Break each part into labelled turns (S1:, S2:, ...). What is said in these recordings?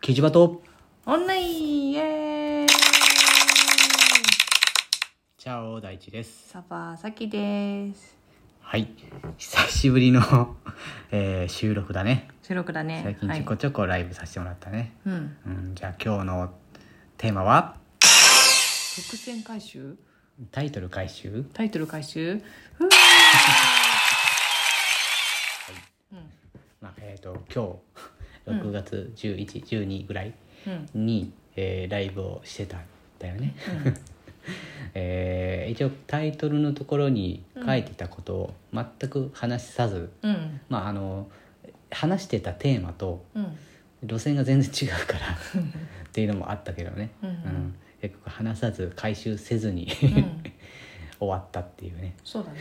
S1: キジバト
S2: オンラインイエーイ
S1: チャオ大地です
S2: サバサキです
S1: はい久しぶりの、 えー収録だね
S2: 収録だね
S1: 最近ちょこちょこライブさせてもらったね、
S2: はい、うん
S1: うん、じゃあ今日のテーマは
S2: 伏線回収
S1: タイトル回収
S2: タイトル回収ふう
S1: まあえっ、と今日6月1112ぐらい
S2: うん
S1: に、えーライブをしてたんだよね、 えー一応タイトルのところに書いてたことを全く話さず、
S2: うん
S1: まああの話してたテーマと
S2: うん
S1: 路線が全然違うからっていうのもあったけどね、
S2: うんうん
S1: 結局話さず回収せずに
S2: う
S1: 終
S2: ん
S1: わったっていうね
S2: そうだね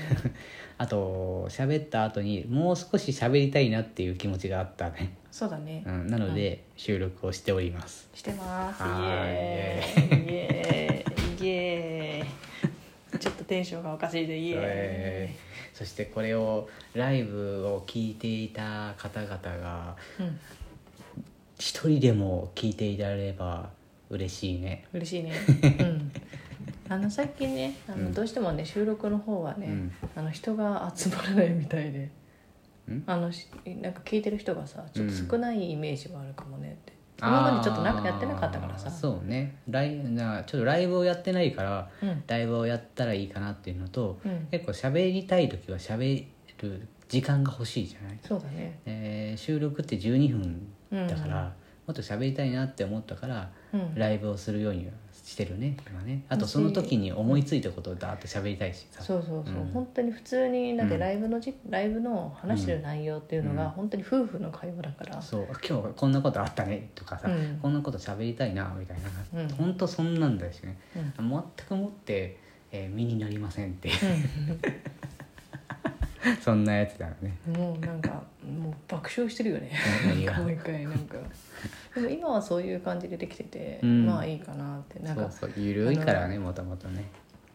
S1: あと喋った後にもう少し喋りたいなっていう気持ちがあったね、
S2: そうだね、
S1: うん、なので収録をしております、
S2: してますイ
S1: は
S2: エ
S1: ー
S2: ーイイエーイイエーイちょっとテンションがおかしいでイエーイ、
S1: えーそしてこれをライブを聞いていた方々が
S2: うん
S1: 一人でも聞いていただければ嬉しいね
S2: 嬉し いねうんあのさっきねあの、
S1: うん
S2: どうしてもね収録の方はね、
S1: うん
S2: あの人が集まらないみたいで
S1: ん
S2: あのしなんか聞いてる人がさちょっと
S1: うん
S2: 少ないイメージはあるかもねって、今までちょっとなんかやってなかったから
S1: あ
S2: さ
S1: ーそうねライなちょっとライブをやってないから
S2: うん
S1: ライブをやったらいいかなっていうのと、
S2: うん
S1: 結構喋りたい時は喋る時間が欲しいじゃない、
S2: そうだね
S1: えー収録って12分だから、
S2: うん
S1: もっと喋りたいなって思ったから、
S2: うん
S1: ライブをするようにはしてるね今ねあと
S2: 欲しい
S1: その時に思いついたことをダーッと喋りたいしさ
S2: そうそうそう、
S1: うん
S2: 本当に普通にだっ
S1: う
S2: て
S1: ん
S2: ライブのじ、ライブの話してる内容っていうのが、
S1: うん
S2: 本当に夫婦の会話だから
S1: そう今日こんなことあったねとかさ、
S2: うん
S1: こんなこと喋りたいなみたいな、
S2: うん
S1: ほんとそんなんだしね
S2: うん、うん
S1: 全くもって、えー身になりませんっていう そんなやつだよね
S2: もうなんかもう爆笑してるよね
S1: 何が
S2: 毎回なん かでも今はそういう感じでできてて、
S1: うん
S2: まあいいかなってなん
S1: そう
S2: か
S1: そうゆるいからねもともとね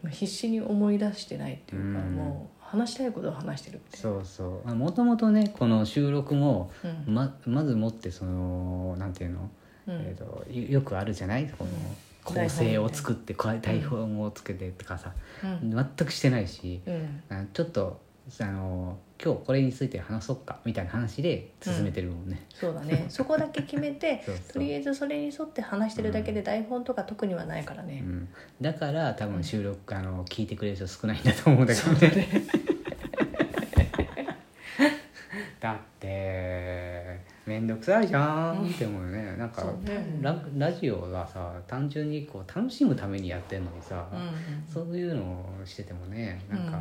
S2: まあ必死に思い出してないっていうか、
S1: うん
S2: もう話したいことを話してるみたい
S1: そ
S2: な
S1: うそうもともとねこの収録も
S2: うん
S1: ままずもってそのなんていうの、
S2: うん
S1: えー、とよよくあるじゃないこの構成を作ってこう台本をつけてとかさ、
S2: うん
S1: 全くしてないし、
S2: うん
S1: あちょっとあの今日これについて話そうかみたいな話で進めてるもんね、
S2: そう だねそこだけ決めて
S1: そうそう
S2: とりあえずそれに沿って話してるだけで台本とか特にはないから
S1: う
S2: ね、
S1: ん、だから多分収録、あの聞いてくれる人少ないんだと思うんだけどね だって面倒くさいじゃんって思うよねなんか
S2: そうね
S1: ララジオがさ単純にこう楽しむためにやってんのにさ、
S2: うん
S1: そういうのをしててもね
S2: う
S1: なんか、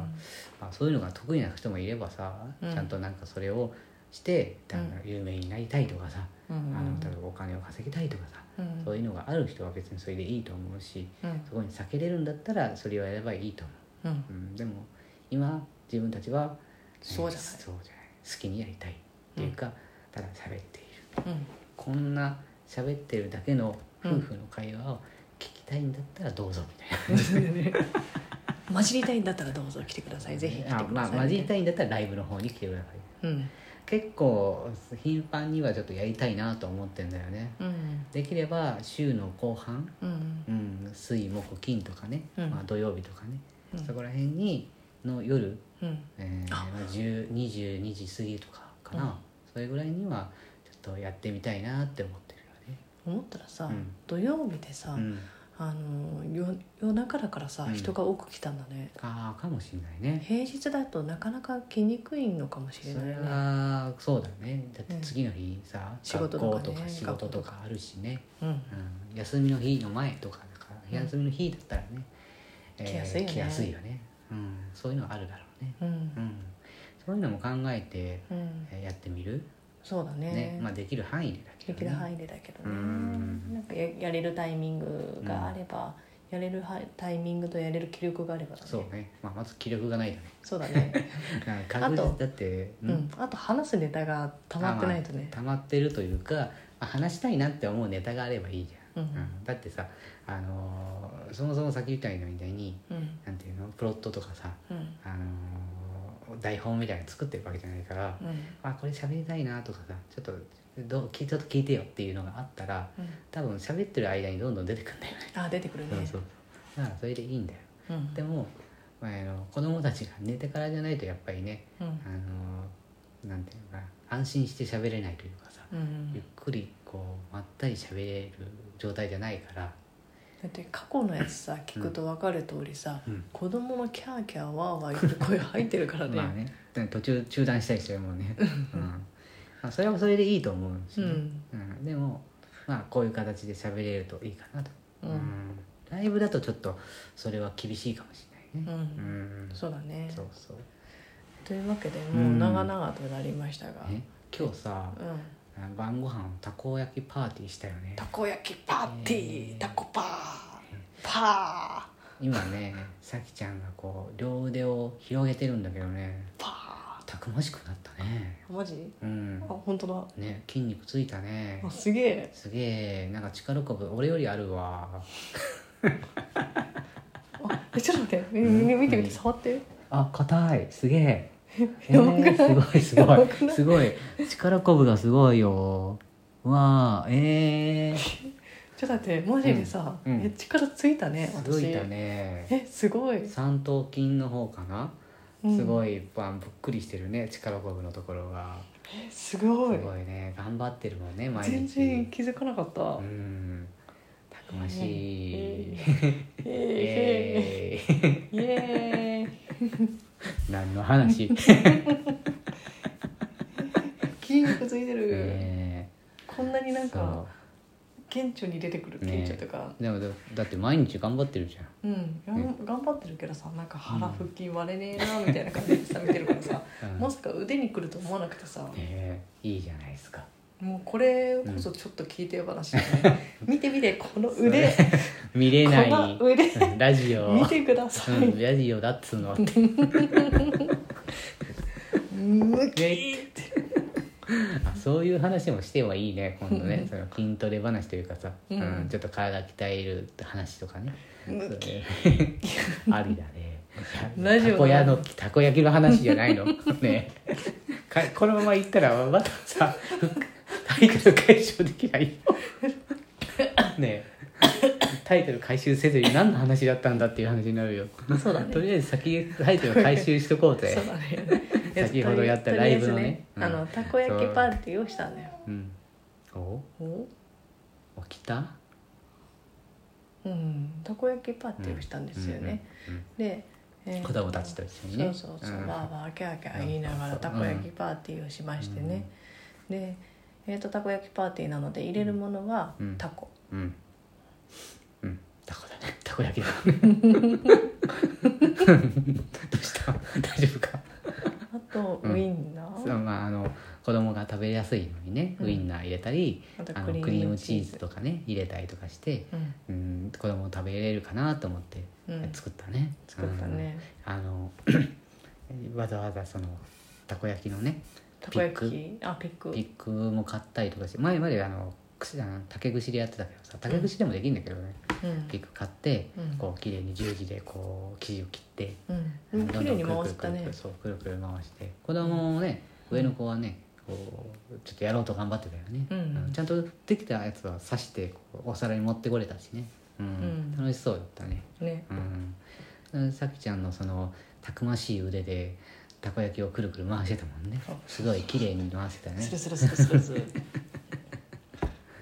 S1: まあ、そういうのが得意な人もいればさ、
S2: うん
S1: ちゃんとなんかそれをして
S2: うん
S1: なんか有名になりたいとかさ、
S2: うんうん
S1: あの例えばお金を稼ぎたいとかさ、
S2: うん
S1: そういうのがある人は別にそれでいいと思うし、
S2: うん
S1: そこに避けれるんだったらそれをやればいいと思
S2: うん
S1: う、うん、でも今自分たちは
S2: そうじゃない
S1: えーそうじゃない好きにやりたいっていうか、ただ喋っている
S2: うん
S1: こんな喋ってるだけの夫婦の会話を聞きたいんだったらどうぞみたい
S2: 混じりたいんだったらどうぞ来てくださいぜひ来てく
S1: な、
S2: ださ
S1: あ
S2: い
S1: まあ混じりたいんだったらライブの方に来てください
S2: うん
S1: 結構頻繁にはちょっとやりたいなと思ってんだよね
S2: うん
S1: できれば週の後半、
S2: うん
S1: うん、水木金とかね、
S2: うん
S1: まあ、土曜日とかね、
S2: うん
S1: そこら辺にの夜
S2: うん
S1: えーまあ10 22時過ぎとかかな、
S2: うん
S1: それぐらいにはちょっとやってみたいなって思って
S2: 思ったらさ、
S1: うん
S2: 土曜日でさ、
S1: るよね、うん、
S2: あの夜夜中だからさ
S1: うん
S2: 人が多く来たんだね、
S1: ああかもしれないね
S2: 平日だとなかなか来にくいのかもしれ
S1: そ
S2: ない
S1: れ
S2: ね
S1: はそうだねだって次の日さ、
S2: 仕事
S1: 学
S2: と
S1: 校
S2: かね
S1: とか仕事とかあるしね、
S2: うん
S1: うん、休みの日の前とかだから、
S2: うん
S1: 休みの日だったらね、
S2: 来やすいよね
S1: 来やすいよね、うん、そういうのはあるだろうね、
S2: うん
S1: うん、そういうのも考えて
S2: うん
S1: えーやってみる、
S2: そうだね
S1: ねまあ、できる範囲でだけ
S2: で
S1: ど、ね、
S2: きる範囲でだけどね、
S1: うん
S2: なんかややれるタイミングがあれば、やれるはタイミングとやれる気力があればだね
S1: そうね、まあ、まず気力がないよね
S2: そうだ ね、
S1: なんか確
S2: あ
S1: 実
S2: と
S1: だって
S2: うんあと話すネタが溜まってないとね
S1: あまあ溜まってるというかあ話したいなって思うネタがあればいいじゃん、
S2: うん
S1: だってさ、あのーそもそもさっき言ったみたいに
S2: うん
S1: なんていうのプロットとかさ、
S2: うん
S1: あのー台本みたいなの作ってるわけじゃないから、
S2: うん
S1: あこれ喋りたいなとかさちょっとどう聞いたと聞いてよっていうのがあったら
S2: うん
S1: 多分喋ってる間にどんどん出てくんだよね
S2: あ出てくるね
S1: そうそうだからそれでいいんだよ
S2: うん
S1: でも、まあ、あの子供たちが寝てからじゃないとやっぱりね
S2: うん
S1: あのなんていうのかな安心して喋れないというかさ
S2: うんうん
S1: ゆっくりこうまったり喋れる状態じゃないから
S2: だって過去のやつさ聞くと分かる通りさ、
S1: うん
S2: 子供のキャーキャーワーワー言ってる声入ってるからね,、
S1: まあね途中中断したりしてるもんね、うんまあ、それはそれでいいと思うし
S2: う
S1: ね、
S2: ん
S1: うんでもまあこういう形で喋れるといいかなと、
S2: うん
S1: ライブだとちょっとそれは厳しいかもしれないうね、
S2: ん
S1: うん
S2: そうだね
S1: そうそう
S2: というわけで
S1: う
S2: もうん長々となりましたが、
S1: ね今日さ
S2: うん、
S1: 晩ご飯たこ焼きパーティーしたよね
S2: たこ焼きパーティー、
S1: えー
S2: たこパーパ
S1: 今ねさきちゃんがこう両腕を広げてるんだけどね
S2: ーパ
S1: たくましくなったね
S2: ーマジ
S1: うん
S2: あ本当だ
S1: ね筋肉ついたね
S2: あすげえ
S1: すげえなんか力こぶ俺よりあるわ
S2: あえちょっと待ってみみ見てみて
S1: うん
S2: 触って
S1: あ硬いすげえへ
S2: やばくない
S1: えすごいす
S2: やば
S1: ご
S2: く
S1: い
S2: ない
S1: すごい力こぶがすごいよわあええー、
S2: ちょっと待ってマジでさ、
S1: うんうん
S2: え力ついたね
S1: すご
S2: 私
S1: いだね
S2: えすごい、
S1: 三頭筋の方かな
S2: うん
S1: すごいばぶっくりしてるね力こぶのところが
S2: えすごい
S1: すごいね頑張ってるもんね毎日
S2: 全然気づかなかった、
S1: うんたくましい、
S2: えー、え
S1: えー、
S2: ー、イエーイ
S1: 何の話、
S2: 筋肉ついてる、
S1: え
S2: こんなになんか
S1: そ
S2: 顕著に出てくる顕
S1: ね
S2: 著とか、
S1: うでもだだって毎日頑張ってるじゃん
S2: うんがん
S1: ね
S2: 頑張ってるけどさなんか腹腹筋割れねえなみたいな感じでさ見てるからさ、
S1: うん
S2: まさか腕に来ると思わなくてさ、
S1: ねえいいじゃないですか
S2: もうこれこそちょっと聞いてよ話だね、見て見てこの腕こ
S1: 見れない
S2: の腕
S1: うんラジオ
S2: 見てくださ
S1: う
S2: い、
S1: んラジオだっつうの
S2: むきーって
S1: あそういう話もしてはいいね今度
S2: う
S1: ね
S2: ん
S1: その筋トレ話というかさ、
S2: う
S1: うんんちょっと体鍛える話とかね
S2: む
S1: そう
S2: き
S1: ね ありだね
S2: ラジオ
S1: たこ屋のたこ焼きの話じゃないの ねかこのまま行ったらまたさタイトル回収でき ないよねタイトル回収せずに何の話だったんだっていう話になるよ
S2: そうだね
S1: とりあえず先タイトル回収しとこうぜ
S2: そうだね
S1: 先ほどやったライブのね
S2: とりあえずあのたこ焼きパーティーをしたんだよ
S1: うんお
S2: お
S1: 起きた
S2: うんたこ焼きパーティーをしたんですよね、
S1: うんうん
S2: で、え
S1: うん
S2: ー
S1: 子供たちと一緒にね
S2: そうそうそう、
S1: ん
S2: わーわーキャーキャー言いながらたこ焼きパーティーをしましてね、でえー、とたこ焼きパーティーなので入れるものは
S1: うん
S2: たこ、
S1: うん。うん。たこだね。たこ焼き だ。どうした大丈夫か
S2: あとウインナー、
S1: そうまああの子供が食べやすいのにね、
S2: うん
S1: ウインナー入れたり
S2: あと
S1: あのクリームチーズとかね入れたりとかして、うん、子供食べれるかなと思って
S2: うん、うん、
S1: 作ったね、
S2: 作ったね、
S1: うんあの わざわざそのたこ焼きのね
S2: たこ焼
S1: ピ
S2: きあピック
S1: ピックも買ったりとかして前まであの串だな竹串でやってたけどさ竹串でもできるんだけどね、
S2: うん
S1: ピック買って、
S2: うん
S1: こう綺麗に十字でこう生地を切って、
S2: うん
S1: どん
S2: 綺
S1: ど
S2: 麗
S1: ん
S2: に
S1: くるく
S2: 回っ
S1: るく
S2: た
S1: るく
S2: ね
S1: るそうくるくる回して子供もね、
S2: うん
S1: 上の子はねこうちょっとやろうと頑張ってたよね、
S2: うん
S1: ちゃんとできたやつは刺してこうお皿に持ってこれたしね、うん
S2: うん
S1: 楽しそうだったね
S2: ね
S1: うんさきちゃんのそのたくましい腕でたこ焼きをくるくる回してたもんね
S2: そう
S1: すごい綺麗に回してたね
S2: スルスルスルスルスル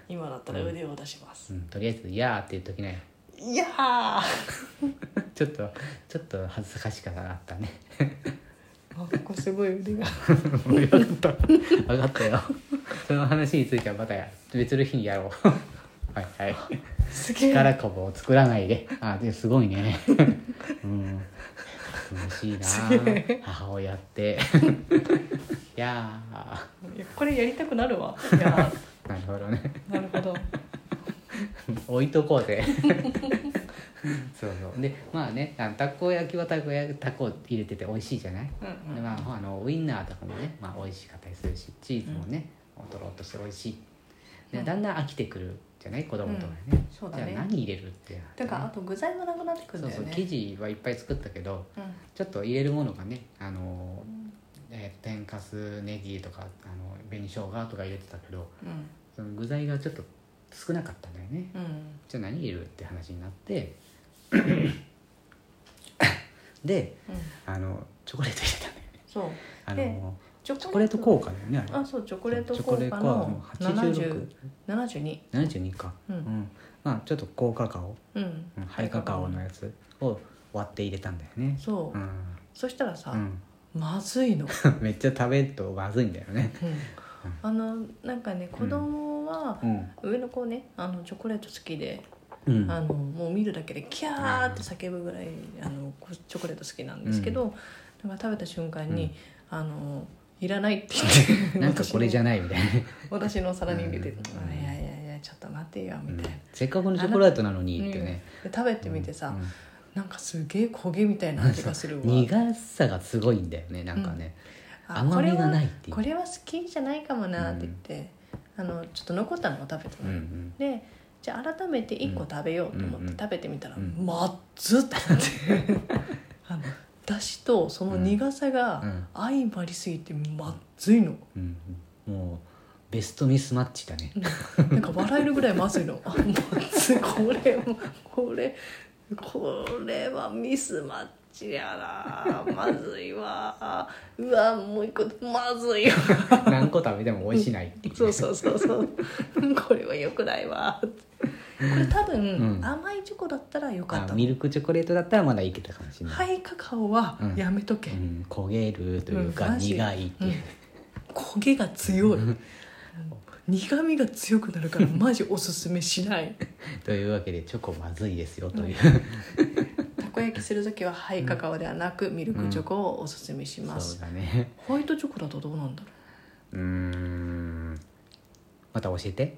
S2: 今だったら腕を出します
S1: う、ん、とりあえず「やー」って言っときなよ
S2: いやー
S1: ちょっとちょっと恥ずかしかったね
S2: あここすごい腕が
S1: 分かった分かったよその話についてはまた別の日にやろうはいはい
S2: すげえ
S1: 力こぶを作らないであですごいねうん楽しいな
S2: すげえ
S1: 母親っていや
S2: いやこれやりたくなるわいや
S1: ーなるほどね
S2: ー なるほど
S1: 置いとこうぜそうそうでまあねあのたこ焼きはたこ焼きたこ入れてて美味しいじゃない
S2: うん
S1: でまあ、あのウインナーとかもね、まあ、美味しかったりするしチーズもね、とろっとして美味しいでだんだん飽きてくるじゃない子供とかね、
S2: そうだ
S1: じゃあ
S2: ね
S1: 何入れるってなって
S2: だ
S1: ね
S2: からあと具材もなくなってくるんだよ
S1: そう
S2: ね
S1: そう生地はいっぱい作ったけど
S2: うん
S1: ちょっと入れるものがねあのーえー天かすネギとかあの紅生姜とか入れてたけど
S2: うん
S1: その具材がちょっと少なかったんだよね
S2: うん
S1: じゃあ何入れるって話になって で
S2: うん
S1: あのチョコレート入れたんだよね
S2: そう
S1: あ
S2: で
S1: の
S2: チ
S1: チョコレート効果だよねあれ
S2: あそうチョコレート
S1: チョ
S2: 効
S1: コレ
S2: 果
S1: ート
S2: の
S1: 86
S2: 7072
S1: 72か
S2: う
S1: うんんまあちょっと高カカオ
S2: うん
S1: うんハイカカオのやつを割って入れたんだよね、
S2: そううんそしたら
S1: う
S2: さ
S1: ん、
S2: まずいの
S1: めっちゃ食べるとまずいんだよね
S2: うんあのなんかね子供は
S1: うん
S2: 上の子ねあのチョコレート好きで
S1: うん
S2: あのもう見るだけでキャーって叫ぶぐらいあのこチョコレート好きなんですけどなんか食べた瞬間
S1: うん
S2: にあのいらないって言って
S1: なんかこれじゃ
S2: ない
S1: ないみたいな、
S2: 私のお皿に入れて
S1: うん
S2: 「いやいやいやちょっと待てよ」
S1: う
S2: み
S1: ん
S2: たいな。
S1: せっかくのチョコレートなのにって
S2: うん
S1: ね
S2: で食べてみてさ、
S1: うん
S2: なんかすげえ焦げみたいな味がするわ
S1: 苦さがすごいんだよねなんかね、
S2: あ
S1: 甘みがないっていう
S2: これはこれは好きじゃないかもなって言って、あのちょっと残ったのを食べた
S1: うん
S2: の、でじゃあ改めて1個食べようと思
S1: うん
S2: っ
S1: うん
S2: て食べてみたら、
S1: うん
S2: まっずってなってあのだしとその苦さが
S1: うん
S2: 相まりすぎてまっずいの、
S1: うんうんもうベストミスマッチだね
S2: なんか笑えるぐらいまずいのあまずいこれもこれこれはミスマッチやなまずいわうわもう一個まずいわ
S1: 何個食べても美味しないっていう
S2: そうそうそうそうこれはよくないわこれ多分、
S1: うん
S2: 甘いチョコだったらよかっ
S1: あ
S2: た
S1: ミルクチョコレートだったらまだいけたかもしれない、
S2: ハイカカオは
S1: うん
S2: やめとけ、
S1: うん、焦げるというか、
S2: うん
S1: 苦いっていう、
S2: 焦げが強い苦みが強くな るからマジおすすめしない
S1: というわけでチョコまずいですよという、
S2: たこ焼きする時はハイカカオではなくミルクチョコをおすすめしま
S1: そう
S2: す、
S1: だね
S2: ホワイトチョコだとどうなんだろう
S1: うーんまた教えて